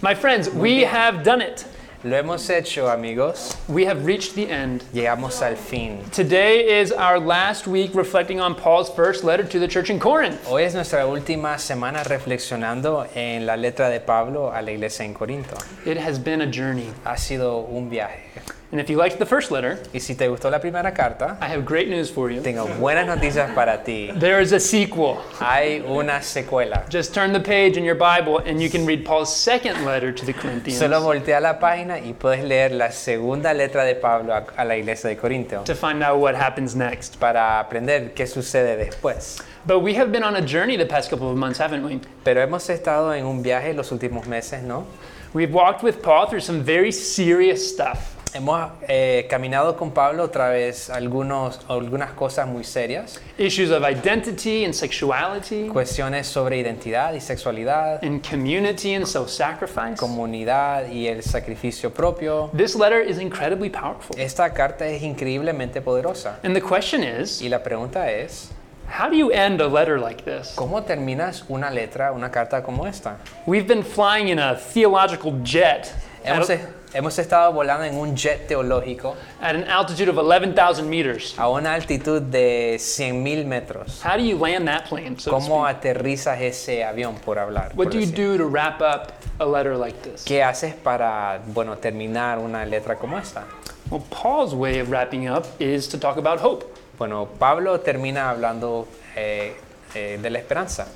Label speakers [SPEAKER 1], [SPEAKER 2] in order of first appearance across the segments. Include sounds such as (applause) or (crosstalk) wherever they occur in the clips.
[SPEAKER 1] My friends, we have done it.
[SPEAKER 2] Lo hemos hecho, amigos.
[SPEAKER 1] We have reached the end.
[SPEAKER 2] Llegamos al fin.
[SPEAKER 1] Today is our last week reflecting on Paul's first letter to the church in Corinth.
[SPEAKER 2] Hoy es nuestra última semana reflexionando en la letra de Pablo a la iglesia en Corinto.
[SPEAKER 1] It has been a journey.
[SPEAKER 2] Ha sido un viaje.
[SPEAKER 1] And if you liked the first letter,
[SPEAKER 2] Y si te gustó la primera carta,
[SPEAKER 1] I have great news for you.
[SPEAKER 2] tengo buenas noticias para ti.
[SPEAKER 1] There is a sequel.
[SPEAKER 2] Hay una secuela.
[SPEAKER 1] Just turn the page in your Bible and you can read Paul's second letter to the Corinthians
[SPEAKER 2] Solo voltea la página y puedes leer la segunda letra de Pablo a, a la iglesia de Corinto
[SPEAKER 1] to find out what happens next.
[SPEAKER 2] para aprender qué sucede después.
[SPEAKER 1] But we have been on a journey the past couple of months, haven't we?
[SPEAKER 2] Pero hemos estado en un viaje los últimos meses, ¿no?
[SPEAKER 1] We've walked with Paul through some very serious stuff.
[SPEAKER 2] Hemos eh, caminado con Pablo otra vez algunos, algunas cosas muy serias,
[SPEAKER 1] Issues of identity and sexuality,
[SPEAKER 2] cuestiones sobre identidad y sexualidad,
[SPEAKER 1] and community and self sacrifice.
[SPEAKER 2] comunidad y el sacrificio propio.
[SPEAKER 1] This letter is incredibly powerful.
[SPEAKER 2] Esta carta es increíblemente poderosa.
[SPEAKER 1] And the question is
[SPEAKER 2] Y la pregunta es,
[SPEAKER 1] how do you end a letter like this?
[SPEAKER 2] ¿cómo terminas una letra, una carta como esta?
[SPEAKER 1] We've been flying in a theological jet
[SPEAKER 2] Hemos,
[SPEAKER 1] at, a-
[SPEAKER 2] e- hemos estado volando en un jet teológico
[SPEAKER 1] at an altitude of 11,000 meters.
[SPEAKER 2] a una altitud de 100.000 metros.
[SPEAKER 1] How do you land that plane? So to
[SPEAKER 2] ¿Cómo
[SPEAKER 1] speak?
[SPEAKER 2] aterrizas ese avión, por hablar?
[SPEAKER 1] What
[SPEAKER 2] por
[SPEAKER 1] do you
[SPEAKER 2] decir?
[SPEAKER 1] do to wrap up a letter like this?
[SPEAKER 2] ¿Qué haces para, bueno, terminar una letra como esta?
[SPEAKER 1] Well, Paul's way of wrapping up is to talk about hope.
[SPEAKER 2] Bueno, Pablo termina hablando eh, eh, de la esperanza.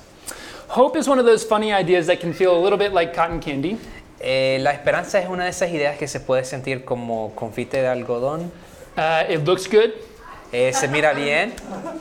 [SPEAKER 1] Hope is one of those funny ideas that can feel a little bit like cotton candy.
[SPEAKER 2] Eh, la esperanza es una de esas ideas que se puede sentir como confite de algodón.
[SPEAKER 1] Uh, it looks good.
[SPEAKER 2] Eh, se mira bien,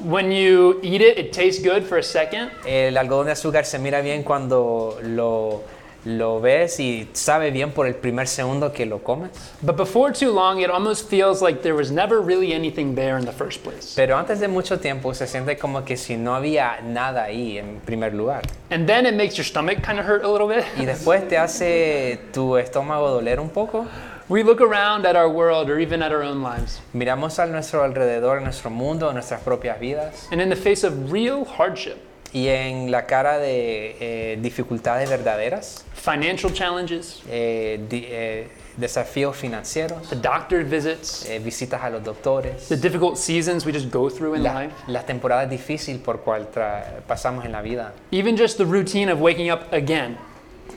[SPEAKER 1] When you eat it, it tastes good for a second.
[SPEAKER 2] el algodón de azúcar se mira bien cuando lo, lo ves y sabe bien por el primer segundo que lo comes.
[SPEAKER 1] But before too long, it almost feels like there was never really anything there in the first place.
[SPEAKER 2] Pero antes de mucho tiempo se siente como que si no había nada ahí en primer lugar.
[SPEAKER 1] And then it makes your stomach kind of hurt a little bit. (laughs)
[SPEAKER 2] Y después te hace tu estómago doler un poco.
[SPEAKER 1] We look around at our world or even at our own lives.
[SPEAKER 2] Miramos a nuestro alrededor, a nuestro mundo, a nuestras propias vidas.
[SPEAKER 1] And in the face of real hardship,
[SPEAKER 2] Y en la cara de eh, dificultades verdaderas,
[SPEAKER 1] financial challenges,
[SPEAKER 2] eh, di- eh, desafíos financieros,
[SPEAKER 1] the doctor visits,
[SPEAKER 2] eh, visitas a los doctores,
[SPEAKER 1] the difficult seasons we just go through in
[SPEAKER 2] la-
[SPEAKER 1] life,
[SPEAKER 2] las temporadas difíciles por cual tra- pasamos en la vida.
[SPEAKER 1] even just the routine of waking up again,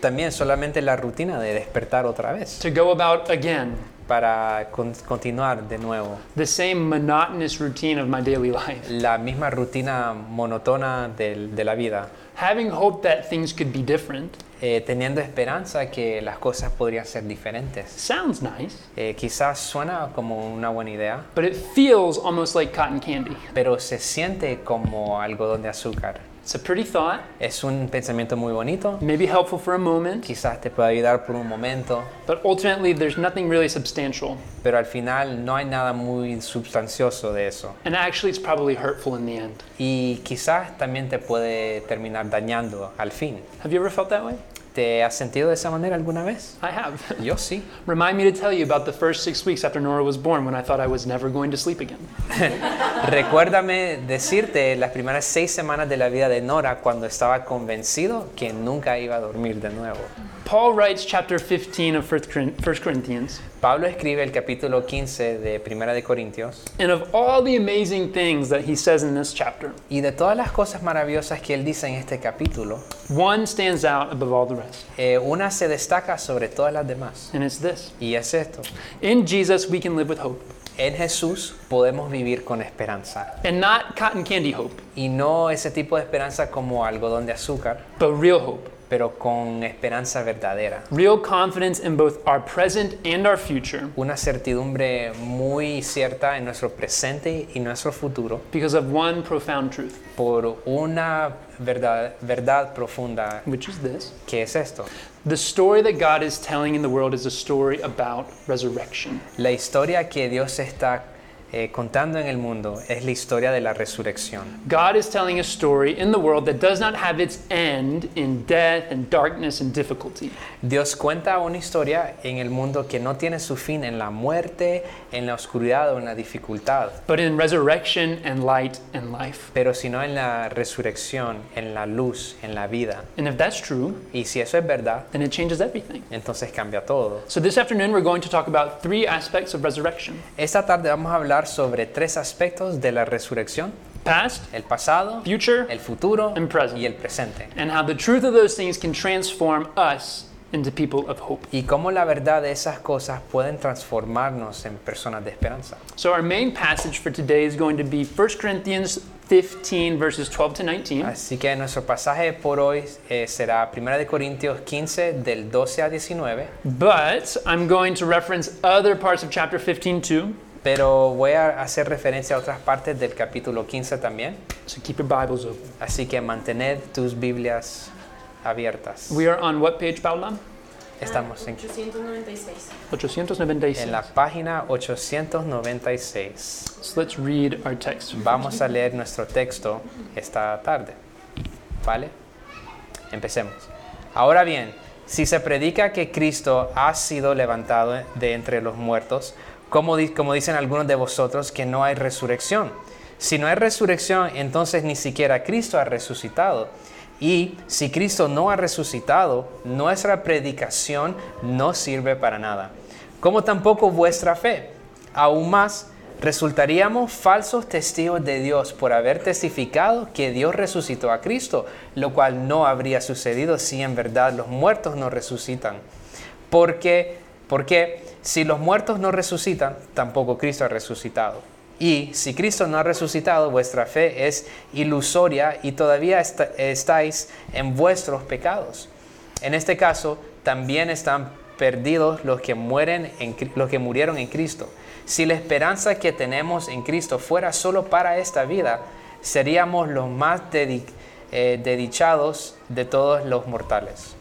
[SPEAKER 2] También solamente la rutina de despertar otra vez
[SPEAKER 1] to go about again,
[SPEAKER 2] para con- continuar de nuevo.
[SPEAKER 1] the same monotonous routine of my daily life.
[SPEAKER 2] La misma rutina monótona del- de, la vida,
[SPEAKER 1] Having hope that things could be different
[SPEAKER 2] eh, teniendo esperanza que las cosas podrían ser diferentes.
[SPEAKER 1] sounds nice,
[SPEAKER 2] Eh, quizás suena como una buena idea,
[SPEAKER 1] but it feels almost like cotton candy.
[SPEAKER 2] pero se siente como algodón de azúcar.
[SPEAKER 1] It's a pretty thought,
[SPEAKER 2] Es un pensamiento muy bonito,
[SPEAKER 1] maybe helpful for a moment,
[SPEAKER 2] quizás te pueda ayudar por un momento,
[SPEAKER 1] but ultimately there's nothing really substantial.
[SPEAKER 2] pero al final no hay nada muy sustancioso de eso.
[SPEAKER 1] And actually, it's probably hurtful in the end.
[SPEAKER 2] Y quizás también te puede terminar dañando al fin.
[SPEAKER 1] Have you ever felt that way?
[SPEAKER 2] ¿Te has sentido de esa manera alguna vez?
[SPEAKER 1] I have. (laughs)
[SPEAKER 2] Yo sí.
[SPEAKER 1] Remind me to tell you about the first six weeks after Nora was born when I thought I was never going to sleep again.
[SPEAKER 2] Recuérdame decirte las primeras seis semanas de la vida de Nora cuando estaba convencido que nunca iba a dormir de nuevo.
[SPEAKER 1] Paul writes chapter 15 of 1 Corin- 1 Corinthians,
[SPEAKER 2] Pablo escribe el capítulo 15 de Primera de Corintios
[SPEAKER 1] and of all the amazing things that he says in this chapter,
[SPEAKER 2] y de todas las cosas maravillosas que él dice en este capítulo,
[SPEAKER 1] one stands out above all the rest,
[SPEAKER 2] eh, una se destaca sobre todas las demás
[SPEAKER 1] and it's this.
[SPEAKER 2] y es esto.
[SPEAKER 1] In Jesus, we can live with hope,
[SPEAKER 2] En Jesús podemos vivir con esperanza
[SPEAKER 1] and not cotton candy hope,
[SPEAKER 2] y no ese tipo de esperanza como algodón de azúcar,
[SPEAKER 1] but real hope,
[SPEAKER 2] pero con esperanza verdadera.
[SPEAKER 1] real confidence in both our present and our future
[SPEAKER 2] Una certidumbre muy cierta en nuestro presente y nuestro futuro
[SPEAKER 1] because of one profound truth,
[SPEAKER 2] por una verdad, verdad profunda
[SPEAKER 1] which is this.
[SPEAKER 2] que es esto.
[SPEAKER 1] The story that God is telling in the world is a story about resurrection.
[SPEAKER 2] La historia que Dios está eh, contando en el mundo es la historia de la resurrección.
[SPEAKER 1] God is telling a story in the world that does not have its end in death and darkness and difficulty.
[SPEAKER 2] Dios cuenta una historia en el mundo que no tiene su fin en la muerte, en la oscuridad o en la dificultad,
[SPEAKER 1] but in resurrection and light and life.
[SPEAKER 2] pero sino en la resurrección, en la luz, en la vida.
[SPEAKER 1] And if that's true,
[SPEAKER 2] Y si eso es verdad,
[SPEAKER 1] then it changes everything.
[SPEAKER 2] entonces cambia todo.
[SPEAKER 1] So this afternoon, we're going to talk about three aspects of resurrection
[SPEAKER 2] Esta tarde vamos a hablar sobre tres aspectos de la resurrección,
[SPEAKER 1] past,
[SPEAKER 2] el pasado,
[SPEAKER 1] future,
[SPEAKER 2] el futuro
[SPEAKER 1] And present.
[SPEAKER 2] y el presente.
[SPEAKER 1] and how the truth of those things can transform us into people of hope.
[SPEAKER 2] Y cómo la verdad de esas cosas pueden transformarnos en personas de esperanza.
[SPEAKER 1] So our main passage for today is going to be 1 Corinthians 15, verses 12 to 19.
[SPEAKER 2] Así que nuestro pasaje por hoy eh, será 1 de Corintios 15 del 12 a 19,
[SPEAKER 1] But I'm going to reference other parts of chapter 15 too.
[SPEAKER 2] pero voy a hacer referencia a otras partes del capítulo 15 también,
[SPEAKER 1] So keep your Bibles open.
[SPEAKER 2] así que mantened tus Biblias abiertas.
[SPEAKER 1] We are on what page, Paula?
[SPEAKER 2] Estamos en,
[SPEAKER 3] 896.
[SPEAKER 1] 896.
[SPEAKER 2] en la página 896.
[SPEAKER 1] So let's read our text.
[SPEAKER 2] Vamos a leer nuestro texto esta tarde. ¿Vale? Empecemos. Ahora bien, si se predica que Cristo ha sido levantado de entre los muertos, como, di- como dicen algunos de vosotros, que no hay resurrección. Si no hay resurrección, entonces ni siquiera Cristo ha resucitado. Y si Cristo no ha resucitado, nuestra predicación no sirve para nada, como tampoco vuestra fe. Aún más, resultaríamos falsos testigos de Dios por haber testificado que Dios resucitó a Cristo, lo cual no habría sucedido si en verdad los muertos no resucitan. Porque, porque si los muertos no resucitan, tampoco Cristo ha resucitado. Y si Cristo no ha resucitado, vuestra fe es ilusoria y todavía esta- estáis en vuestros pecados. En este caso, también están perdidos los que, mueren en Cri- los que murieron en Cristo. Si la esperanza que tenemos en Cristo fuera solo para esta vida, seríamos los más dedi- eh, dedichados de todos los mortales.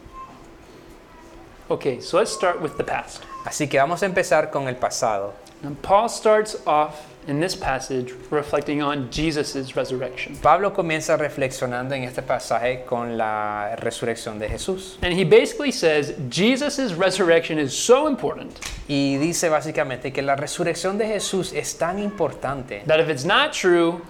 [SPEAKER 1] Okay, so let's start with the past.
[SPEAKER 2] Así que vamos a empezar con el pasado.
[SPEAKER 1] Now, Paul starts off in this passage reflecting on Jesus' resurrection.
[SPEAKER 2] Pablo comienza reflexionando en este pasaje con la resurrección de Jesús
[SPEAKER 1] And he basically says Jesus' resurrection is so important
[SPEAKER 2] y dice básicamente que la resurrección de Jesús es tan importante
[SPEAKER 1] that if it's not true,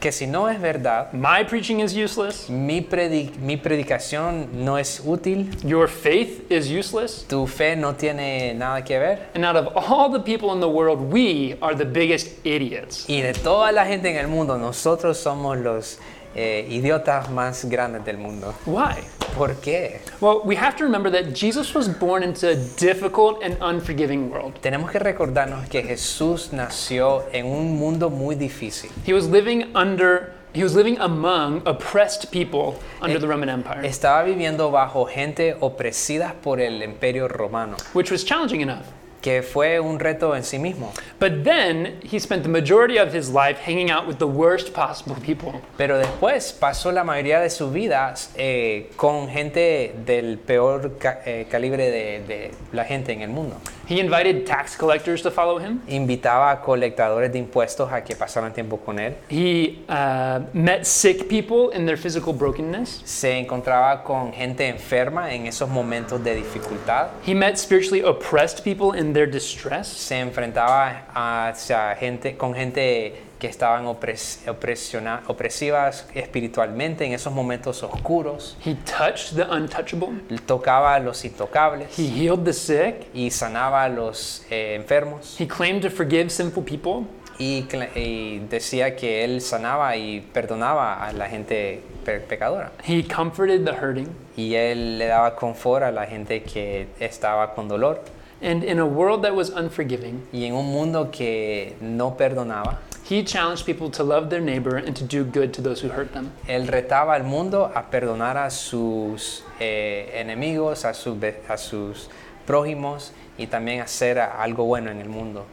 [SPEAKER 2] que si no es verdad,
[SPEAKER 1] my preaching is useless,
[SPEAKER 2] Mi, predi- mi predicación no es útil,
[SPEAKER 1] your faith is useless,
[SPEAKER 2] tu fe no tiene nada que ver.
[SPEAKER 1] and out of all the people in the world, we are the biggest idiots.
[SPEAKER 2] Y de toda la gente en el mundo, nosotros somos los eh, idiotas más grandes del mundo.
[SPEAKER 1] Why?
[SPEAKER 2] ¿Por qué?
[SPEAKER 1] Well, we have to remember that Jesus was born into a difficult and unforgiving world.
[SPEAKER 2] Tenemos que recordarnos que Jesús nació en un mundo muy difícil.
[SPEAKER 1] He was living under he was living among oppressed people under the Roman Empire,
[SPEAKER 2] Estaba viviendo bajo gente opresida por el imperio romano,
[SPEAKER 1] which was challenging enough.
[SPEAKER 2] que fue un reto en sí mismo.
[SPEAKER 1] But then he spent the majority of his life hanging out with the worst possible people.
[SPEAKER 2] Pero después pasó la mayoría de su vida eh, con gente del peor ca- eh, calibre de, de la gente en el mundo.
[SPEAKER 1] He invited tax collectors to follow him.
[SPEAKER 2] Invitaba a colectadores de impuestos a que pasaran tiempo con él.
[SPEAKER 1] He uh, met sick people in their physical brokenness.
[SPEAKER 2] Se encontraba con gente enferma en esos momentos de dificultad.
[SPEAKER 1] He met spiritually oppressed people in their distress.
[SPEAKER 2] Se enfrentaba hacia gente, con gente que estaban opres- opresiona- opresivas espiritualmente en esos momentos oscuros.
[SPEAKER 1] He touched the untouchable.
[SPEAKER 2] Tocaba a los intocables
[SPEAKER 1] He healed the sick.
[SPEAKER 2] y sanaba a los eh, enfermos.
[SPEAKER 1] He claimed to forgive sinful people.
[SPEAKER 2] y, cla- y decía que él sanaba y perdonaba a la gente pe- pecadora.
[SPEAKER 1] He comforted the hurting.
[SPEAKER 2] Y él le daba confort a la gente que estaba con dolor.
[SPEAKER 1] And in a world that was unforgiving,
[SPEAKER 2] Y en un mundo que no perdonaba,
[SPEAKER 1] he challenged people to love their neighbor and to do good to those who hurt them.
[SPEAKER 2] él retaba al mundo a perdonar a sus eh, enemigos, a sus, ve- a sus prójimos y también hacer a- algo bueno en el mundo.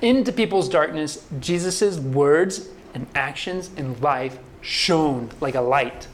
[SPEAKER 1] Into people's darkness, Jesus' words and actions and life shone like a light.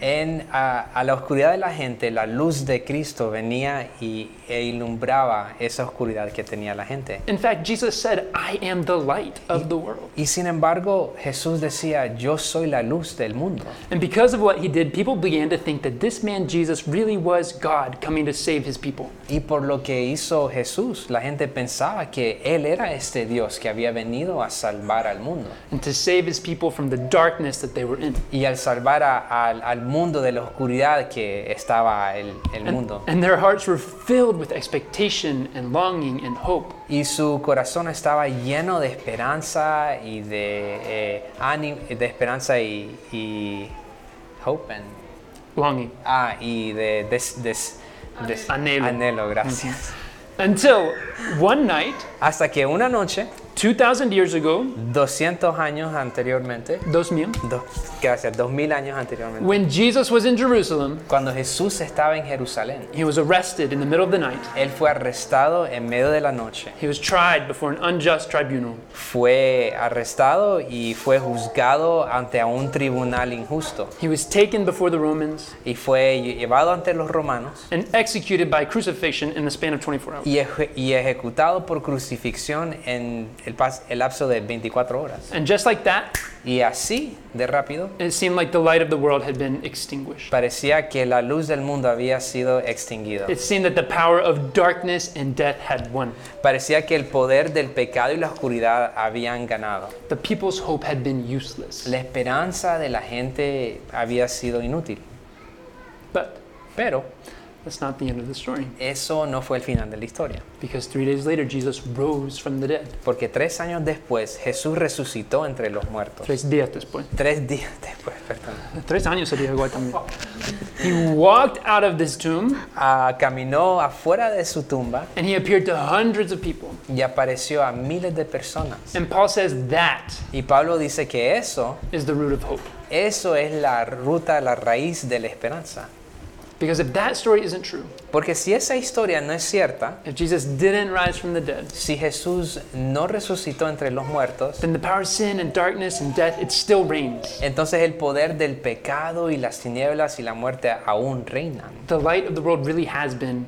[SPEAKER 2] en, a, a la oscuridad de la gente, la luz de Cristo venía y, e ilumbraba esa oscuridad que tenía la gente.
[SPEAKER 1] In fact, Jesus said, I am the light of the world.
[SPEAKER 2] Y sin embargo, Jesús decía, yo soy la luz del mundo.
[SPEAKER 1] And because of what he did, people began to think that this man Jesus really was God coming to save his people.
[SPEAKER 2] Y por lo que hizo Jesús, la gente pensaba que Él era este Dios que había venido a salvar al mundo.
[SPEAKER 1] and to save his people from the darkness that they were in.
[SPEAKER 2] Y al salvar a- al, al mundo de la oscuridad que estaba el, el mundo.
[SPEAKER 1] And their hearts were filled with expectation and longing and hope.
[SPEAKER 2] Y su corazón estaba lleno de esperanza y de, eh, ánim- de esperanza y, y hope and-
[SPEAKER 1] Longing.
[SPEAKER 2] ah, y de des- des- des-
[SPEAKER 1] Anhelo.
[SPEAKER 2] anhelo, gracias.
[SPEAKER 1] Until one night,
[SPEAKER 2] Hasta que una noche,
[SPEAKER 1] 2,000 years ago,
[SPEAKER 2] 200 años anteriormente,
[SPEAKER 1] dos mil,
[SPEAKER 2] dos, gracias, 2000 años anteriormente,
[SPEAKER 1] when Jesus was in Jerusalem,
[SPEAKER 2] cuando Jesús estaba en Jerusalén,
[SPEAKER 1] he was arrested in the middle of the night.
[SPEAKER 2] él fue arrestado en medio de la noche.
[SPEAKER 1] He was tried before an unjust tribunal.
[SPEAKER 2] Fue arrestado y fue juzgado ante a un tribunal injusto
[SPEAKER 1] He was taken before the Romans
[SPEAKER 2] y fue llevado ante los romanos
[SPEAKER 1] and executed by crucifixion in the span of 24 hours.
[SPEAKER 2] y, eje- y ejecutado por crucifixión en el, pas- el lapso de 24 horas.
[SPEAKER 1] And just like that,
[SPEAKER 2] Y así, de rápido,
[SPEAKER 1] it seemed like the light of the world had been extinguished.
[SPEAKER 2] parecía que la luz del mundo había sido extinguida.
[SPEAKER 1] It seemed that the power of darkness and death had won.
[SPEAKER 2] Parecía que el poder del pecado y la oscuridad habían ganado.
[SPEAKER 1] The people's hope had been useless.
[SPEAKER 2] La esperanza de la gente había sido inútil.
[SPEAKER 1] But
[SPEAKER 2] Pero
[SPEAKER 1] that's not the end of the story,
[SPEAKER 2] eso no fue el final de la historia.
[SPEAKER 1] because three days later, Jesus rose from the dead.
[SPEAKER 2] Porque tres años después Jesús resucitó entre los muertos.
[SPEAKER 1] Tres días después. (laughs)
[SPEAKER 2] Tres días (laughs) después, perdón.
[SPEAKER 1] Tres años sería igual también. He walked out of this tomb
[SPEAKER 2] Ah, caminó afuera de su tumba
[SPEAKER 1] and he appeared to hundreds of people.
[SPEAKER 2] y apareció a miles de personas.
[SPEAKER 1] And Paul says that
[SPEAKER 2] Y Pablo dice que eso,
[SPEAKER 1] is the root of hope.
[SPEAKER 2] eso es la ruta, la raíz de la esperanza.
[SPEAKER 1] Because if that story isn't true,
[SPEAKER 2] Porque si esa historia no es cierta,
[SPEAKER 1] if Jesus didn't rise from the dead,
[SPEAKER 2] si Jesús no resucitó entre los muertos,
[SPEAKER 1] then the power of sin and darkness and death, it still reigns.
[SPEAKER 2] entonces el poder del pecado y las tinieblas y la muerte aún reinan.
[SPEAKER 1] The light of the world really has been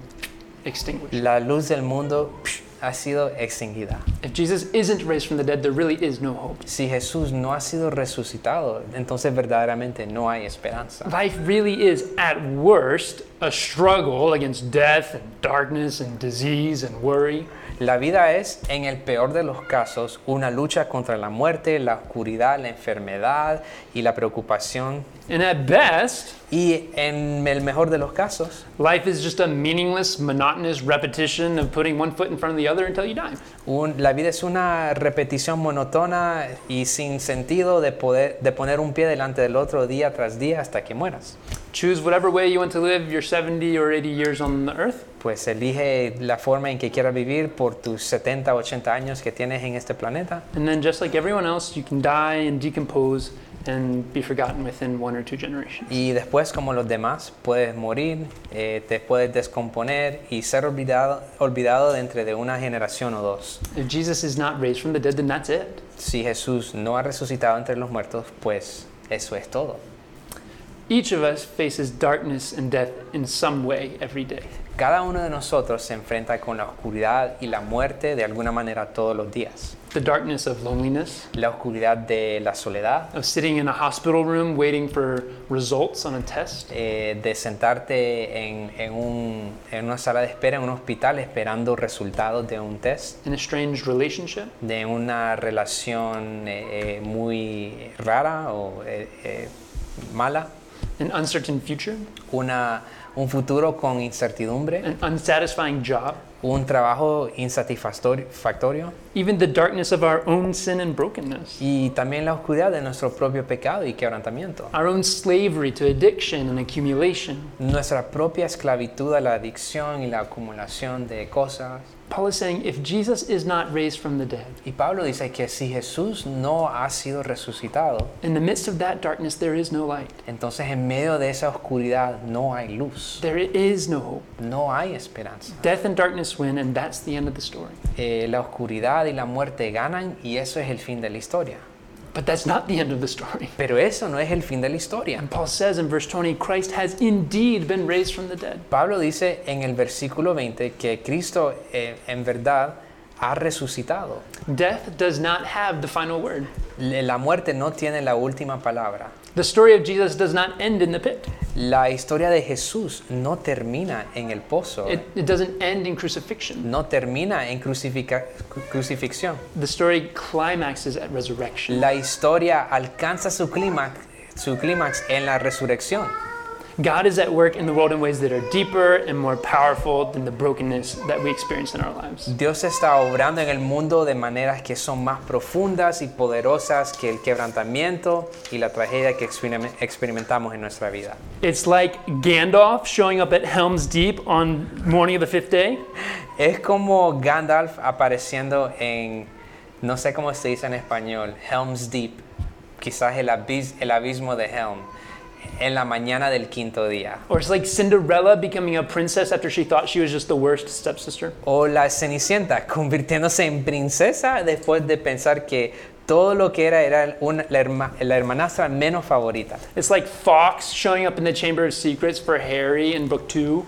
[SPEAKER 1] extinguished.
[SPEAKER 2] La luz del mundo psh, ha sido extinguida.
[SPEAKER 1] If Jesus isn't raised from the dead, there really is no hope.
[SPEAKER 2] Si Jesús no ha sido resucitado, entonces verdaderamente no hay esperanza.
[SPEAKER 1] Life really is, at worst, a struggle against death and darkness and disease and worry.
[SPEAKER 2] La vida es, en el peor de los casos, una lucha contra la muerte, la oscuridad, la enfermedad y la preocupación.
[SPEAKER 1] And at best,
[SPEAKER 2] Y en el mejor de los casos,
[SPEAKER 1] life is just a meaningless, monotonous repetition of putting one foot in front of the other until you die.
[SPEAKER 2] un- la vida es una repetición monótona y sin sentido de, poder, de poner un pie delante del otro día tras día hasta que mueras.
[SPEAKER 1] Choose whatever way you want to live your 70 or 80 years on the earth.
[SPEAKER 2] Pues elige la forma en que quieras vivir por tus 70, 80 años que tienes en este planeta.
[SPEAKER 1] And then, just like everyone else, you can die and decompose and be forgotten within one or two generations.
[SPEAKER 2] Y después, como los demás, puedes morir, eh, te puedes descomponer y ser olvidado, olvidado dentro de una generación o dos.
[SPEAKER 1] If Jesus is not raised from the dead, then that's it.
[SPEAKER 2] Si Jesús no ha resucitado entre los muertos, pues eso es todo.
[SPEAKER 1] Each of us faces darkness and death in some way every day.
[SPEAKER 2] Cada uno de nosotros se enfrenta con la oscuridad y la muerte de alguna manera todos los días.
[SPEAKER 1] The darkness of loneliness,
[SPEAKER 2] La oscuridad de la soledad,
[SPEAKER 1] of sitting in a hospital room waiting for results on a test,
[SPEAKER 2] eh, de sentarte en, en un- en una sala de espera, en un hospital, esperando resultados de un test.
[SPEAKER 1] an estranged relationship,
[SPEAKER 2] de una relación eh, eh, muy rara o eh, eh, mala,
[SPEAKER 1] an uncertain future,
[SPEAKER 2] una, un futuro con incertidumbre,
[SPEAKER 1] an unsatisfying job,
[SPEAKER 2] un trabajo insatisfactorio
[SPEAKER 1] even the darkness of our own sin and brokenness,
[SPEAKER 2] y también la oscuridad de nuestro propio pecado y quebrantamiento,
[SPEAKER 1] our own slavery to addiction and accumulation.
[SPEAKER 2] nuestra propia esclavitud a la adicción y la acumulación de cosas.
[SPEAKER 1] Paul is saying if Jesus is not raised from the dead,
[SPEAKER 2] Y Pablo dice que si Jesús no ha sido resucitado,
[SPEAKER 1] in the midst of that darkness, there is no light.
[SPEAKER 2] entonces en medio de esa oscuridad no hay luz,
[SPEAKER 1] There is no hope.
[SPEAKER 2] no hay esperanza.
[SPEAKER 1] Death and darkness win, and that's the end of the story.
[SPEAKER 2] eh, la oscuridad y la muerte ganan y eso es el fin de la historia.
[SPEAKER 1] But that's not the end of the story.
[SPEAKER 2] Pero eso no es el fin de la historia.
[SPEAKER 1] And Paul says in verse 20, Christ has indeed been raised from the dead.
[SPEAKER 2] Pablo dice en el versículo 20 que Cristo eh, en verdad ha resucitado.
[SPEAKER 1] Death does not have the final word.
[SPEAKER 2] Le- La muerte no tiene la última palabra.
[SPEAKER 1] The story of Jesus does not end in the pit.
[SPEAKER 2] La historia de Jesús no termina en el pozo,
[SPEAKER 1] It, it doesn't end in crucifixion.
[SPEAKER 2] no termina en crucifica- cru- crucifixión.
[SPEAKER 1] The story climaxes at resurrection.
[SPEAKER 2] La historia alcanza su clímax su clímax en la resurrección.
[SPEAKER 1] God is at work in the world in ways that are deeper and more powerful than the brokenness that we experience in our lives.
[SPEAKER 2] Dios está obrando en el mundo de maneras que son más profundas y poderosas que el quebrantamiento y la tragedia que experime- experimentamos en nuestra vida.
[SPEAKER 1] It's like Gandalf showing up at Helm's Deep on morning of the fifth day.
[SPEAKER 2] Es como Gandalf apareciendo en, no sé cómo se dice en español, Helm's Deep, quizás el, abis- el abismo de Helm, en la mañana del quinto día.
[SPEAKER 1] Or it's like Cinderella becoming a princess after she thought she was just the worst stepsister.
[SPEAKER 2] O la Cenicienta (laughs) convirtiéndose en princesa después de pensar que todo lo que era era una- la, herma- la hermanastra menos favorita.
[SPEAKER 1] It's like Fox showing up in the Chamber of Secrets for Harry in book two.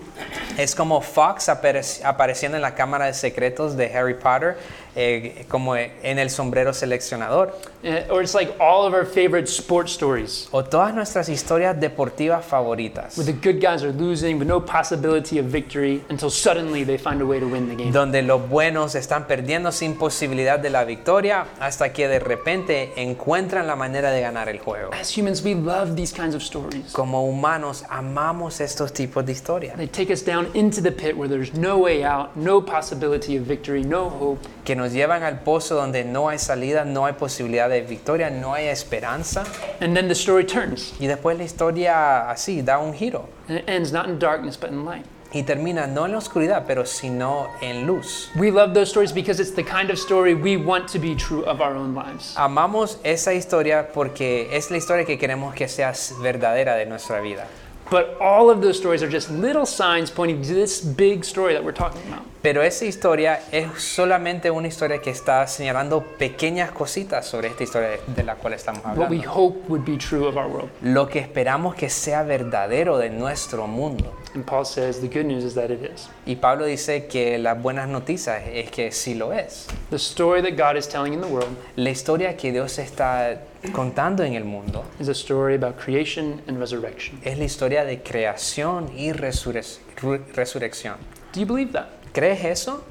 [SPEAKER 2] Es como Fox apare- apareciendo en la Cámara de Secretos de Harry Potter, eh, como en el sombrero seleccionador.
[SPEAKER 1] Eh, Or it's like all of our favorite sports stories
[SPEAKER 2] O todas nuestras historias deportivas favoritas.
[SPEAKER 1] where the good guys are losing with no possibility of victory until suddenly they find a way to win the game.
[SPEAKER 2] donde los buenos están perdiendo sin posibilidad de la victoria hasta que de repente encuentran la manera de ganar el juego.
[SPEAKER 1] As humans, we love these kinds of stories.
[SPEAKER 2] Como humanos amamos estos tipos de historias
[SPEAKER 1] They take us down into the pit where there's no way out, no possibility of victory, no hope.
[SPEAKER 2] que nos llevan al pozo donde no hay salida, no hay posibilidad de victoria, no hay esperanza
[SPEAKER 1] And then the story turns.
[SPEAKER 2] y después la historia así da un giro
[SPEAKER 1] And it ends not in darkness, but in light.
[SPEAKER 2] y termina no en la oscuridad, pero sino en luz.
[SPEAKER 1] We love those stories because it's the kind of story we want to be true of our own lives.
[SPEAKER 2] Amamos esa historia porque es la historia que queremos que sea verdadera de nuestra vida.
[SPEAKER 1] But all of those stories are just little signs pointing to this big story that we're talking about.
[SPEAKER 2] Pero esa historia es solamente una historia que está señalando pequeñas cositas sobre esta historia de, de la cual estamos
[SPEAKER 1] What we
[SPEAKER 2] hablando.
[SPEAKER 1] hope would be true of our world.
[SPEAKER 2] Lo que esperamos que sea verdadero de nuestro mundo.
[SPEAKER 1] And Paul says the good news is that it is.
[SPEAKER 2] Y Pablo dice que las buenas noticias es que sí lo es.
[SPEAKER 1] The story that God is telling in the world
[SPEAKER 2] La historia que Dios está contando en el mundo
[SPEAKER 1] is a story about creation and resurrection.
[SPEAKER 2] es la historia de creación y resurrec- ru- resurrección.
[SPEAKER 1] Do you believe that?
[SPEAKER 2] ¿Crees eso?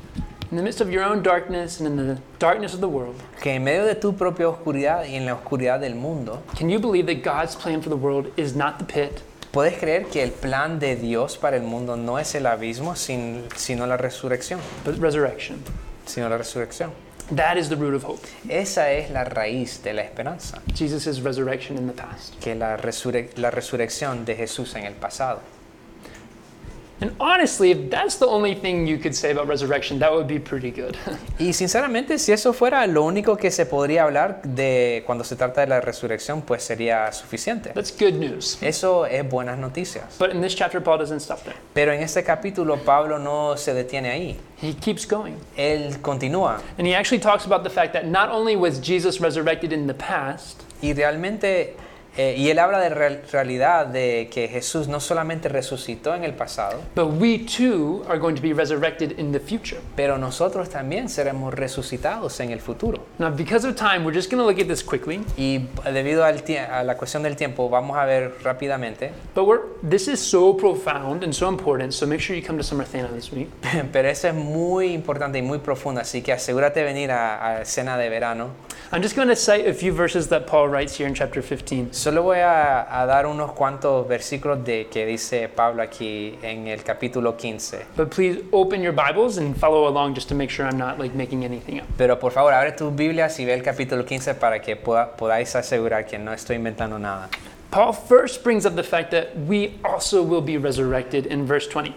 [SPEAKER 1] In the midst of your own darkness and in the darkness of the world,
[SPEAKER 2] Que en medio de tu propia oscuridad y en la oscuridad del mundo,
[SPEAKER 1] can you believe that God's plan for the world is not the pit,
[SPEAKER 2] ¿Puedes creer que el plan de Dios para el mundo no es el abismo, sin- sino la resurrección?
[SPEAKER 1] but resurrection?
[SPEAKER 2] Sino la resurrección.
[SPEAKER 1] That is the root of hope.
[SPEAKER 2] Esa es la raíz de la esperanza,
[SPEAKER 1] Jesus' resurrection in the past.
[SPEAKER 2] que la, resurre- la resurrección de Jesús en el pasado.
[SPEAKER 1] And honestly, if that's the only thing you could say about resurrection, that would be pretty good. (laughs)
[SPEAKER 2] Y sinceramente, si eso fuera lo único que se podría hablar de cuando se trata de la resurrección, pues sería suficiente.
[SPEAKER 1] that's good news.
[SPEAKER 2] Eso es buenas noticias.
[SPEAKER 1] But in this chapter, Paul doesn't stop there.
[SPEAKER 2] Pero en este capítulo Pablo no se detiene ahí.
[SPEAKER 1] He keeps going.
[SPEAKER 2] Él continúa
[SPEAKER 1] And he actually talks about the fact that not only was Jesus resurrected in the past,
[SPEAKER 2] Y realmente, eh, y él habla de real- realidad de que Jesús no solamente resucitó en el pasado,
[SPEAKER 1] but we too are going to be resurrected in the future.
[SPEAKER 2] pero nosotros también seremos resucitados en el futuro.
[SPEAKER 1] Now, because of time, we're just going to look at this quickly,
[SPEAKER 2] Y debido al tie- a la cuestión del tiempo, vamos a ver rápidamente, (laughs)
[SPEAKER 1] but we're, this is so profound and so important, so make sure you come to Summer Thana this week. (laughs)
[SPEAKER 2] pero eso es muy importante y muy profundo, así que asegúrate de venir a, a cena de verano.
[SPEAKER 1] I'm just going to cite a few verses that Paul writes here in chapter 15.
[SPEAKER 2] Solo voy a, a dar unos cuantos versículos de que dice Pablo aquí en el capítulo 15.
[SPEAKER 1] But please open your Bibles and follow along just to make sure I'm not like making anything up.
[SPEAKER 2] Pero por favor, abre tus Biblias y ve el capítulo 15 para que poda- podáis asegurar que no estoy inventando nada.
[SPEAKER 1] Paul first brings up the fact that we also will be resurrected in verse 20.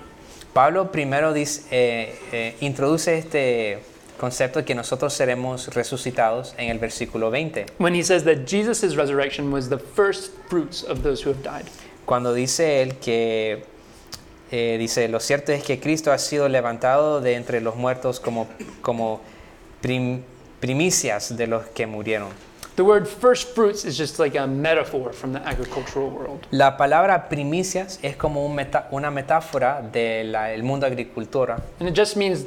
[SPEAKER 2] Pablo primero dice, eh, eh, introduce este concepto de que nosotros seremos resucitados en el versículo 20,
[SPEAKER 1] when he says that Jesus' resurrection was the first fruits of those who have died.
[SPEAKER 2] cuando dice él que, eh, dice, lo cierto es que Cristo ha sido levantado de entre los muertos como, como prim- primicias de los que murieron.
[SPEAKER 1] The The word first fruits is just like a metaphor from the agricultural world.
[SPEAKER 2] La palabra primicias es como un meta- una metáfora del mundo agricultura
[SPEAKER 1] And it just means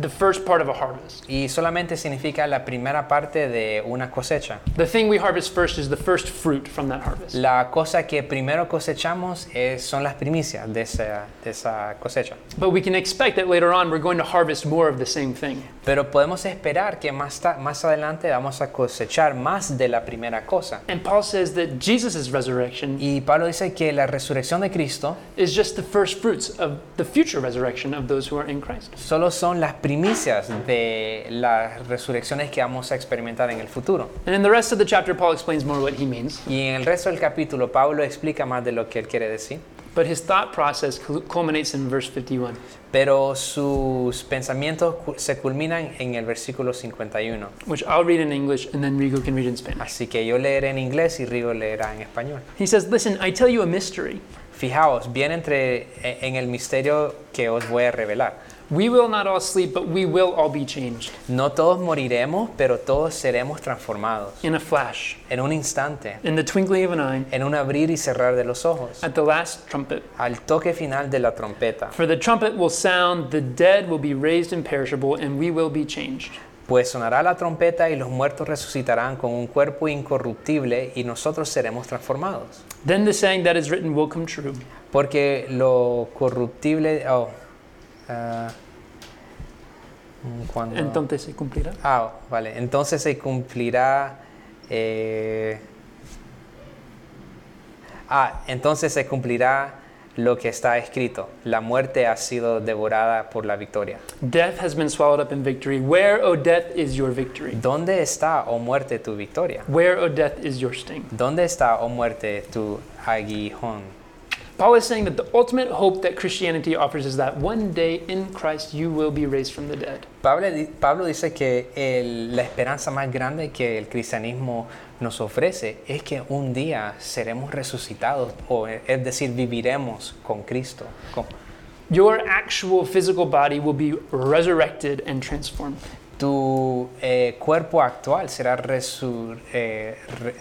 [SPEAKER 1] the first part of a harvest.
[SPEAKER 2] y solamente significa la primera parte de una cosecha.
[SPEAKER 1] The thing we harvest first is the first fruit from that harvest.
[SPEAKER 2] La cosa que primero cosechamos es- son las primicias de esa, de esa cosecha.
[SPEAKER 1] But we can expect that later on we're going to harvest more of the same thing.
[SPEAKER 2] Pero podemos esperar que más, ta- más adelante vamos a cosechar más de la primera cosa.
[SPEAKER 1] And Paul says that Jesus' resurrection
[SPEAKER 2] Y Pablo dice que la resurrección de Cristo
[SPEAKER 1] is just the first fruits of the future resurrection of those who are in Christ.
[SPEAKER 2] solo son las primicias de las resurrecciones que vamos a experimentar en el futuro.
[SPEAKER 1] And in the rest of the chapter, Paul explains more what he means.
[SPEAKER 2] Y en el resto del capítulo Pablo explica más de lo que él quiere decir,
[SPEAKER 1] But his thought process cul- culminates in verse 51.
[SPEAKER 2] pero sus pensamientos cu- se culminan en el versículo 51.
[SPEAKER 1] which I'll read in English and then Rigo can read in Spanish.
[SPEAKER 2] Así que yo leeré en inglés y Rigo leerá en español.
[SPEAKER 1] He says, Listen, I tell you a mystery.
[SPEAKER 2] Fijaos, bien entre e- en el misterio que os voy a revelar.
[SPEAKER 1] We will not all sleep, but we will all be changed
[SPEAKER 2] No todos moriremos, pero todos seremos transformados.
[SPEAKER 1] in a flash,
[SPEAKER 2] En un instante,
[SPEAKER 1] in the twinkling of an eye,
[SPEAKER 2] en un abrir y cerrar de los ojos,
[SPEAKER 1] at the last trumpet.
[SPEAKER 2] al toque final de la trompeta.
[SPEAKER 1] For the trumpet will sound, the dead will be raised imperishable, and we will be changed.
[SPEAKER 2] Pues sonará la trompeta y los muertos resucitarán con un cuerpo incorruptible y nosotros seremos transformados.
[SPEAKER 1] Then the saying that is written will come true
[SPEAKER 2] Porque lo corruptible... oh, ah, mm, cuando-
[SPEAKER 1] Entonces se cumplirá.
[SPEAKER 2] Ah, vale. Entonces se cumplirá. eh, Ah, entonces se cumplirá lo que está escrito. La muerte ha sido devorada por la victoria.
[SPEAKER 1] Death has been swallowed up in victory. Where, O death, is your victory?
[SPEAKER 2] ¿Dónde está, oh muerte, tu victoria?
[SPEAKER 1] Where, O death, is your sting?
[SPEAKER 2] ¿Dónde está, oh muerte, tu aguijón?
[SPEAKER 1] Paul is saying that the ultimate hope that Christianity offers is that one day in Christ you will be raised from the dead.
[SPEAKER 2] Pablo, di- Pablo dice que el- la esperanza más grande que el cristianismo nos ofrece es que un día seremos resucitados, o e- es decir, viviremos con Cristo. con-
[SPEAKER 1] Your actual physical body will be resurrected and transformed.
[SPEAKER 2] tu eh, cuerpo actual será resur- eh, re-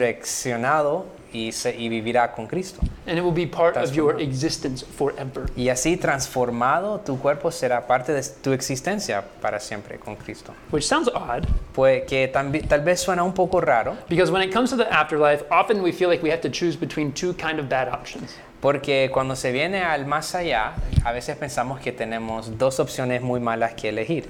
[SPEAKER 2] resurreccionado y, se- y vivirá con Cristo.
[SPEAKER 1] And it will be part of your
[SPEAKER 2] Transformado.
[SPEAKER 1] existence forever.
[SPEAKER 2] Y así transformado, tu cuerpo será parte de tu existencia para siempre con Cristo.
[SPEAKER 1] Which sounds odd
[SPEAKER 2] Pues que tambi- tal vez suena un poco raro,
[SPEAKER 1] because when it comes to the afterlife, often we feel like we have to choose between two kind of bad options.
[SPEAKER 2] porque cuando se viene al más allá, a veces pensamos que tenemos dos opciones muy malas que elegir.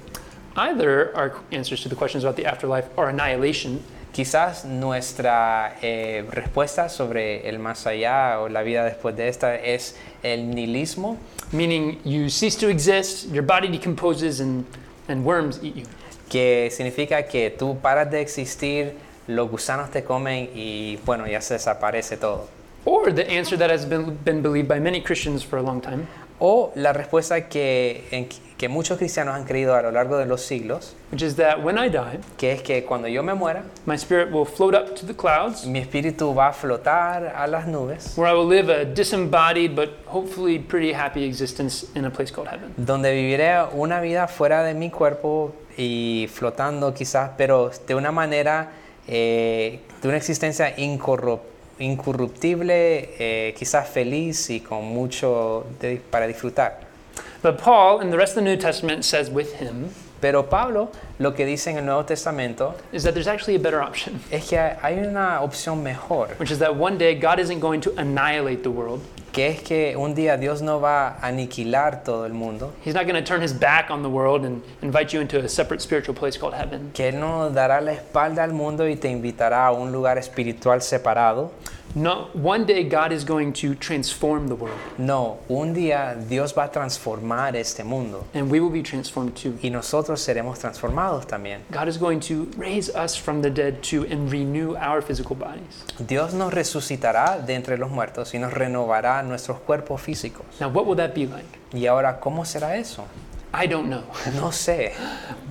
[SPEAKER 1] Either our answers to the questions about the afterlife are annihilation,
[SPEAKER 2] Quizás nuestra eh, respuesta sobre el más allá o la vida después de esta es el nihilismo,
[SPEAKER 1] meaning you cease to exist, your body decomposes, and, and worms eat you.
[SPEAKER 2] que significa que tú paras de existir, los gusanos te comen y bueno, ya se desaparece todo.
[SPEAKER 1] Or the answer that has been, been believed by many Christians for a long time,
[SPEAKER 2] O la respuesta que, en- que muchos cristianos han creído a lo largo de los siglos,
[SPEAKER 1] which is that when I die,
[SPEAKER 2] que es que cuando yo me muera,
[SPEAKER 1] my spirit will float up to the clouds
[SPEAKER 2] mi espíritu va a flotar a las nubes,
[SPEAKER 1] where I will live a disembodied but hopefully pretty happy existence in a place called heaven.
[SPEAKER 2] donde viviré una vida fuera de mi cuerpo y flotando quizás, pero de una manera, eh, de una existencia incorrup- incorruptible, eh, quizás feliz y con mucho de- para disfrutar.
[SPEAKER 1] But Paul and the rest of the New Testament says with him
[SPEAKER 2] Pero Pablo lo que dice en el Nuevo Testamento
[SPEAKER 1] is that there's actually a better option,
[SPEAKER 2] es que hay una opción mejor,
[SPEAKER 1] which is that one day God isn't going to annihilate the world.
[SPEAKER 2] que es que un día Dios no va a aniquilar todo el mundo,
[SPEAKER 1] He's not going to turn his back on the world and invite you into a separate spiritual place called heaven.
[SPEAKER 2] que Él no dará la espalda al mundo y te invitará a un lugar espiritual separado.
[SPEAKER 1] No, one day God is going to transform the world
[SPEAKER 2] No, un día Dios va a transformar este mundo
[SPEAKER 1] and we will be transformed too.
[SPEAKER 2] y nosotros seremos transformados también.
[SPEAKER 1] God is going to raise us from the dead too and renew our physical bodies.
[SPEAKER 2] Dios nos resucitará de entre los muertos y nos renovará nuestros cuerpos físicos.
[SPEAKER 1] Now, what will that be like?
[SPEAKER 2] Y ahora, ¿cómo será eso?
[SPEAKER 1] I don't know.
[SPEAKER 2] No sé,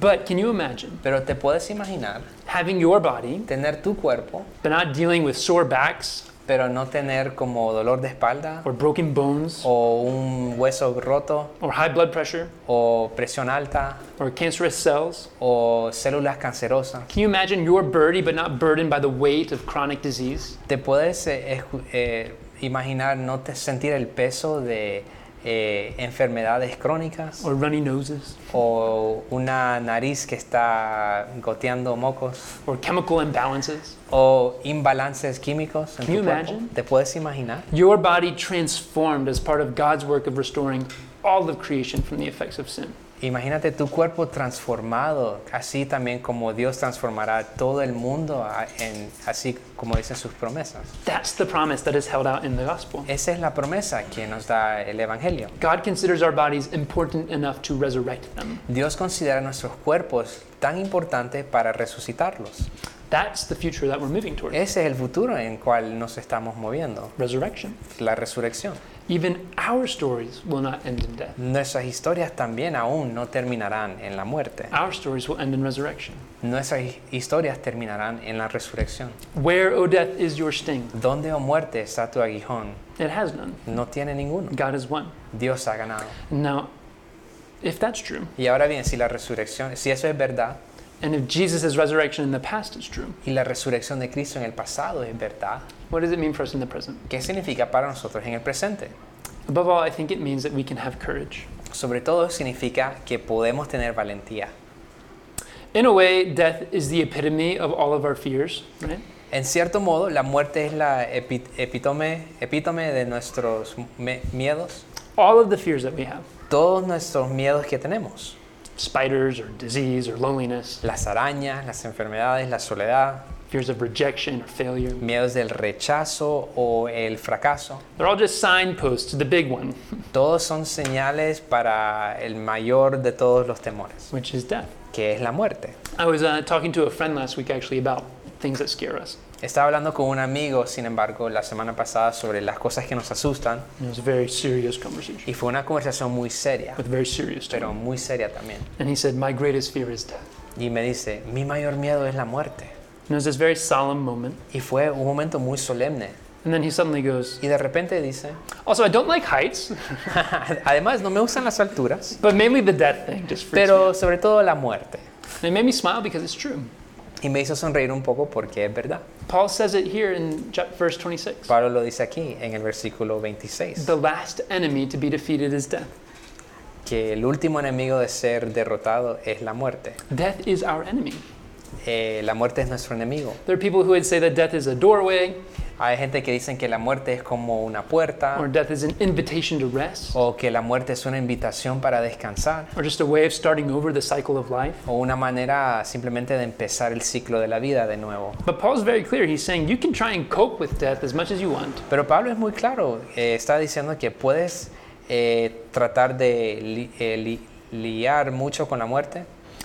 [SPEAKER 1] But can you imagine
[SPEAKER 2] pero te puedes imaginar
[SPEAKER 1] having your body
[SPEAKER 2] tener tu cuerpo,
[SPEAKER 1] but not dealing with sore backs,
[SPEAKER 2] pero no tener como dolor de espalda
[SPEAKER 1] or broken bones
[SPEAKER 2] o un hueso roto
[SPEAKER 1] or high blood pressure
[SPEAKER 2] o presión alta
[SPEAKER 1] or cancerous cells.
[SPEAKER 2] o células cancerosas.
[SPEAKER 1] Can you imagine you're burdened but not burdened by the weight of chronic disease?
[SPEAKER 2] ¿Te puedes eh, escu- eh, imaginar no te sentir el peso de eh, enfermedades crónicas
[SPEAKER 1] Or runny noses?
[SPEAKER 2] o una nariz que está goteando mocos
[SPEAKER 1] Or chemical imbalances?
[SPEAKER 2] o imbalances químicos en
[SPEAKER 1] Can you
[SPEAKER 2] tu cuerpo?
[SPEAKER 1] imagine?
[SPEAKER 2] ¿Te puedes imaginar?
[SPEAKER 1] Your body transformed as part of God's work of restoring all of creation from the effects of sin.
[SPEAKER 2] Imagínate tu cuerpo transformado, así también como Dios transformará a todo el mundo, a- en- así como dicen sus promesas.
[SPEAKER 1] That's the promise that is held out in the gospel.
[SPEAKER 2] Esa es la promesa que nos da el Evangelio.
[SPEAKER 1] God considers our bodies important enough to resurrect them.
[SPEAKER 2] Dios considera nuestros cuerpos tan importantes para resucitarlos.
[SPEAKER 1] That's the future that we're moving toward.
[SPEAKER 2] Ese es el futuro en el cual nos estamos moviendo,
[SPEAKER 1] Resurrection.
[SPEAKER 2] la resurrección.
[SPEAKER 1] Even our stories will not end in death.
[SPEAKER 2] Nuestras historias también aún no terminarán en la muerte.
[SPEAKER 1] Our stories will end in resurrection.
[SPEAKER 2] Nuestras hi- historias terminarán en la resurrección.
[SPEAKER 1] Where, O death, is your sting?
[SPEAKER 2] ¿Dónde, o muerte, está tu aguijón?
[SPEAKER 1] It has none.
[SPEAKER 2] No tiene ninguno.
[SPEAKER 1] God has won.
[SPEAKER 2] Dios ha ganado.
[SPEAKER 1] Now, if that's true,
[SPEAKER 2] Y ahora bien, si la resurrección, si eso es verdad,
[SPEAKER 1] and if Jesus' resurrection in the past is true,
[SPEAKER 2] y la resurrección de Cristo en el pasado es verdad,
[SPEAKER 1] what does it mean for us in the present?
[SPEAKER 2] ¿qué significa para nosotros en el presente?
[SPEAKER 1] Above all, I think it means that we can have courage.
[SPEAKER 2] Sobre todo significa que podemos tener valentía.
[SPEAKER 1] In a way, death is the epitome of all of our fears, right?
[SPEAKER 2] En cierto modo, la muerte es la epi- epítome, epítome de nuestros me- miedos,
[SPEAKER 1] All of the fears that we have
[SPEAKER 2] todos nuestros miedos que tenemos.
[SPEAKER 1] spiders, or disease, or loneliness,
[SPEAKER 2] Las arañas, las enfermedades, la soledad,
[SPEAKER 1] fears of rejection or failure.
[SPEAKER 2] miedos del rechazo o el fracaso.
[SPEAKER 1] They're all just signposts to the big one,
[SPEAKER 2] Todos son señales para el mayor de todos los temores,
[SPEAKER 1] which is death.
[SPEAKER 2] que es la muerte.
[SPEAKER 1] I was uh, talking to a friend last week actually about things that scare us.
[SPEAKER 2] Estaba hablando con un amigo, sin embargo, la semana pasada sobre las cosas que nos asustan
[SPEAKER 1] And it was a very serious conversation
[SPEAKER 2] y fue una conversación muy seria,
[SPEAKER 1] with very serious
[SPEAKER 2] pero
[SPEAKER 1] tone.
[SPEAKER 2] muy seria también.
[SPEAKER 1] And he said, My greatest fear is death.
[SPEAKER 2] Y me dice, mi mayor miedo es la muerte.
[SPEAKER 1] And it was this very solemn moment.
[SPEAKER 2] Y fue un momento muy solemne.
[SPEAKER 1] And then he suddenly goes,
[SPEAKER 2] Y de repente dice, (laughs)
[SPEAKER 1] Also, I don't like heights,
[SPEAKER 2] además no me gustan las alturas,
[SPEAKER 1] but mainly the death thing just freaks me
[SPEAKER 2] pero sobre todo la muerte.
[SPEAKER 1] out." And it made me smile because it's true.
[SPEAKER 2] Y me hizo sonreír un poco porque es verdad.
[SPEAKER 1] Paul says it here in chap- verse 26.
[SPEAKER 2] Pablo lo dice aquí en el versículo 26,
[SPEAKER 1] The last enemy to be defeated is death.
[SPEAKER 2] que el último enemigo de ser derrotado es la muerte.
[SPEAKER 1] Death is our enemy.
[SPEAKER 2] Eh, la muerte es nuestro enemigo.
[SPEAKER 1] There are people who would say that death is a doorway,
[SPEAKER 2] Hay gente que dicen que la muerte es como una
[SPEAKER 1] or
[SPEAKER 2] puerta
[SPEAKER 1] death is an invitation to rest,
[SPEAKER 2] o que la muerte es una invitación para descansar
[SPEAKER 1] or just a way of starting over the cycle of life.
[SPEAKER 2] o una manera simplemente de empezar el ciclo de la vida de nuevo.
[SPEAKER 1] But Paul's very clear. He's saying you can try and cope with death as much as you want,
[SPEAKER 2] Pero Pablo es muy claro, eh, está diciendo que puedes eh, tratar de li- eh, li- liar mucho con la muerte,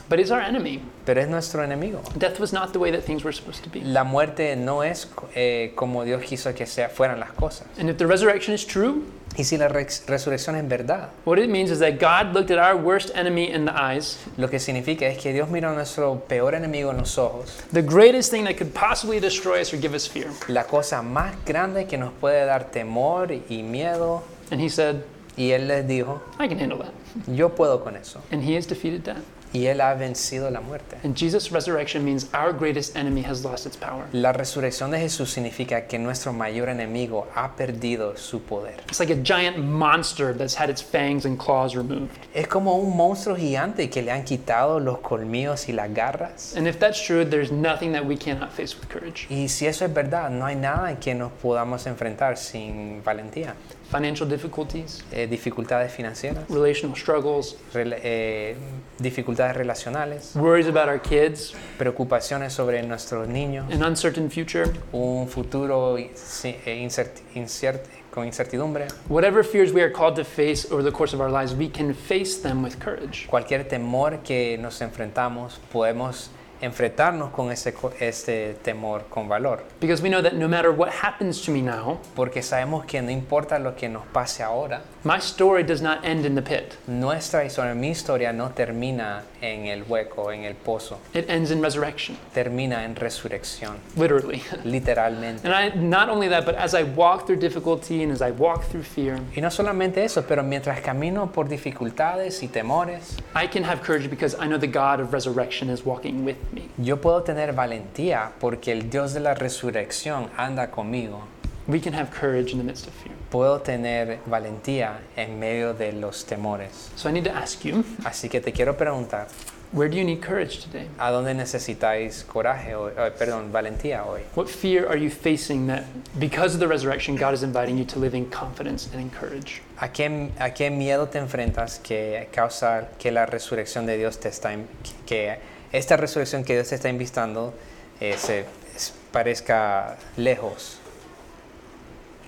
[SPEAKER 1] but it's our enemy.
[SPEAKER 2] pero es nuestro enemigo.
[SPEAKER 1] Death was not the way that things were supposed to be.
[SPEAKER 2] La muerte no es eh, como Dios quiso que sea, fueran las cosas.
[SPEAKER 1] And if the resurrection is true,
[SPEAKER 2] Y si la rex- resurrección es verdad,
[SPEAKER 1] what it means is that God looked at our worst enemy in the eyes,
[SPEAKER 2] lo que significa es que Dios miró a nuestro peor enemigo en los ojos,
[SPEAKER 1] the greatest thing that could possibly destroy us or give us fear.
[SPEAKER 2] la cosa más grande que nos puede dar temor y miedo,
[SPEAKER 1] And he said,
[SPEAKER 2] y Él les dijo,
[SPEAKER 1] I can handle that.
[SPEAKER 2] yo puedo con eso.
[SPEAKER 1] And he has defeated death.
[SPEAKER 2] Y Él ha vencido la muerte.
[SPEAKER 1] And Jesus' resurrection means our greatest enemy has lost its power.
[SPEAKER 2] La resurrección de Jesús significa que nuestro mayor enemigo ha perdido su poder.
[SPEAKER 1] It's like a giant monster that's had its fangs and claws removed.
[SPEAKER 2] Es como un monstruo gigante que le han quitado los colmillos y las garras.
[SPEAKER 1] And if that's true, there's nothing that we cannot face with courage.
[SPEAKER 2] Y si eso es verdad, no hay nada en que nos podamos enfrentar sin valentía.
[SPEAKER 1] Financial difficulties,
[SPEAKER 2] Eh, dificultades financieras,
[SPEAKER 1] relational struggles,
[SPEAKER 2] rela- eh, dificultades relacionales,
[SPEAKER 1] worries about our kids,
[SPEAKER 2] preocupaciones sobre nuestros niños,
[SPEAKER 1] an uncertain future,
[SPEAKER 2] un futuro in- si- eh, incert- incert- con incertidumbre.
[SPEAKER 1] whatever fears we are called to face over the course of our lives, we can face them with courage.
[SPEAKER 2] cualquier temor que nos enfrentamos, podemos enfrentarnos con ese, co- este temor con valor.
[SPEAKER 1] Because we know that no matter what happens to me now,
[SPEAKER 2] Porque sabemos que no importa lo que nos pase ahora,
[SPEAKER 1] My story does not end in the pit,
[SPEAKER 2] Nuestra historia, mi historia no termina en el hueco, en el pozo,
[SPEAKER 1] it ends in resurrection,
[SPEAKER 2] termina en resurrección,
[SPEAKER 1] literally. (laughs)
[SPEAKER 2] literalmente.
[SPEAKER 1] And I, not only that, but as I walk through difficulty and as I walk through fear,
[SPEAKER 2] Y no solamente eso, pero mientras camino por dificultades y temores,
[SPEAKER 1] I can have courage because I know the God of resurrection is walking with me.
[SPEAKER 2] yo puedo tener valentía porque el Dios de la resurrección anda conmigo.
[SPEAKER 1] We can have courage in the midst of fear.
[SPEAKER 2] Puedo tener valentía en medio de los temores.
[SPEAKER 1] So I need to ask you,
[SPEAKER 2] Así que te quiero preguntar,
[SPEAKER 1] where do you need courage today?
[SPEAKER 2] ¿a dónde necesitáis coraje hoy, eh, perdón, valentía hoy?
[SPEAKER 1] What fear are you facing that because of the resurrection, God is inviting you to live in confidence and in courage?
[SPEAKER 2] ¿A qué, a qué miedo te enfrentas que causa que la resurrección de Dios te está in- que esta resurrección que Dios te está invitando eh, se es- parezca lejos?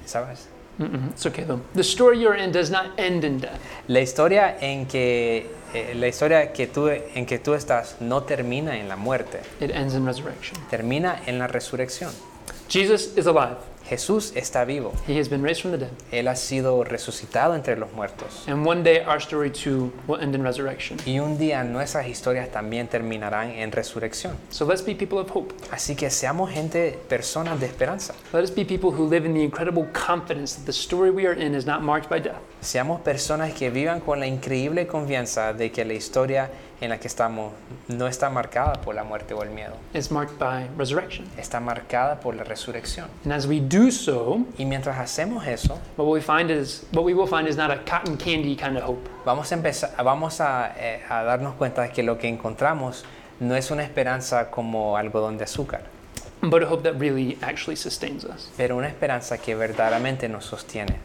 [SPEAKER 2] ¿Sabes?
[SPEAKER 1] Mm-mm, Mm-hmm. it's okay though. The story you're in does not end in death.
[SPEAKER 2] La historia en que eh, la historia que tú en que tú estás no termina en la muerte,
[SPEAKER 1] It ends in resurrection.
[SPEAKER 2] termina en la resurrección.
[SPEAKER 1] Jesus is alive.
[SPEAKER 2] Jesús está vivo.
[SPEAKER 1] He has been raised from the dead.
[SPEAKER 2] Él ha sido resucitado entre los muertos.
[SPEAKER 1] And one day our story too will end in resurrection.
[SPEAKER 2] Y un día nuestras historias también terminarán en resurrección.
[SPEAKER 1] So let's be people of hope.
[SPEAKER 2] Así que seamos gente, personas de esperanza.
[SPEAKER 1] Let us be people who live in the incredible confidence that the story we are in is not marked by death.
[SPEAKER 2] Seamos personas que vivan con la increíble confianza de que la historia en la que estamos no está marcada por la muerte o el miedo,
[SPEAKER 1] It's marked by resurrection.
[SPEAKER 2] está marcada por la resurrección.
[SPEAKER 1] And as we do so,
[SPEAKER 2] Y mientras hacemos eso,
[SPEAKER 1] what we find is what we will find is not a cotton candy kind of hope.
[SPEAKER 2] vamos a, empezar, vamos a, eh, a darnos cuenta de que lo que encontramos no es una esperanza como algodón de azúcar,
[SPEAKER 1] but a hope that really actually sustains us.
[SPEAKER 2] pero una esperanza que verdaderamente nos sostiene.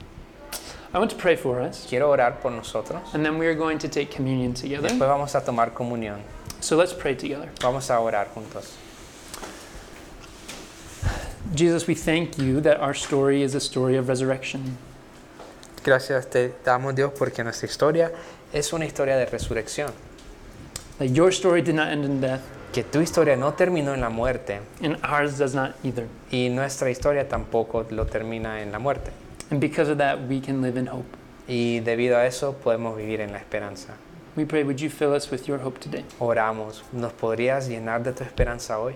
[SPEAKER 1] I want to pray for us,
[SPEAKER 2] Quiero orar por nosotros.
[SPEAKER 1] and then we are going to take communion together.
[SPEAKER 2] Después vamos a tomar comunión.
[SPEAKER 1] So let's pray together.
[SPEAKER 2] Vamos a orar juntos.
[SPEAKER 1] Jesus, we thank you that our story is a story of resurrection.
[SPEAKER 2] Gracias te damos Dios porque nuestra historia es una historia de resurrección.
[SPEAKER 1] That your story did not end in death,
[SPEAKER 2] Que tu historia no terminó en la muerte
[SPEAKER 1] and ours does not either.
[SPEAKER 2] y nuestra historia tampoco lo termina en la muerte.
[SPEAKER 1] And because of that, we can live in hope.
[SPEAKER 2] Y debido a eso podemos vivir en la esperanza.
[SPEAKER 1] We pray, would you fill us with your hope today?
[SPEAKER 2] Oramos, ¿nos podrías llenar de tu esperanza hoy?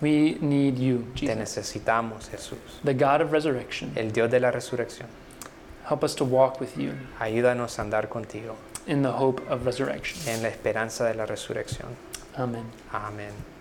[SPEAKER 1] We need you,
[SPEAKER 2] Te
[SPEAKER 1] Jesus,
[SPEAKER 2] necesitamos, Jesús,
[SPEAKER 1] the God of resurrection.
[SPEAKER 2] el Dios de la resurrección.
[SPEAKER 1] Help us to walk with you
[SPEAKER 2] Ayúdanos a andar contigo
[SPEAKER 1] in the hope of resurrection.
[SPEAKER 2] en la esperanza de la resurrección.
[SPEAKER 1] Amen.
[SPEAKER 2] Amén.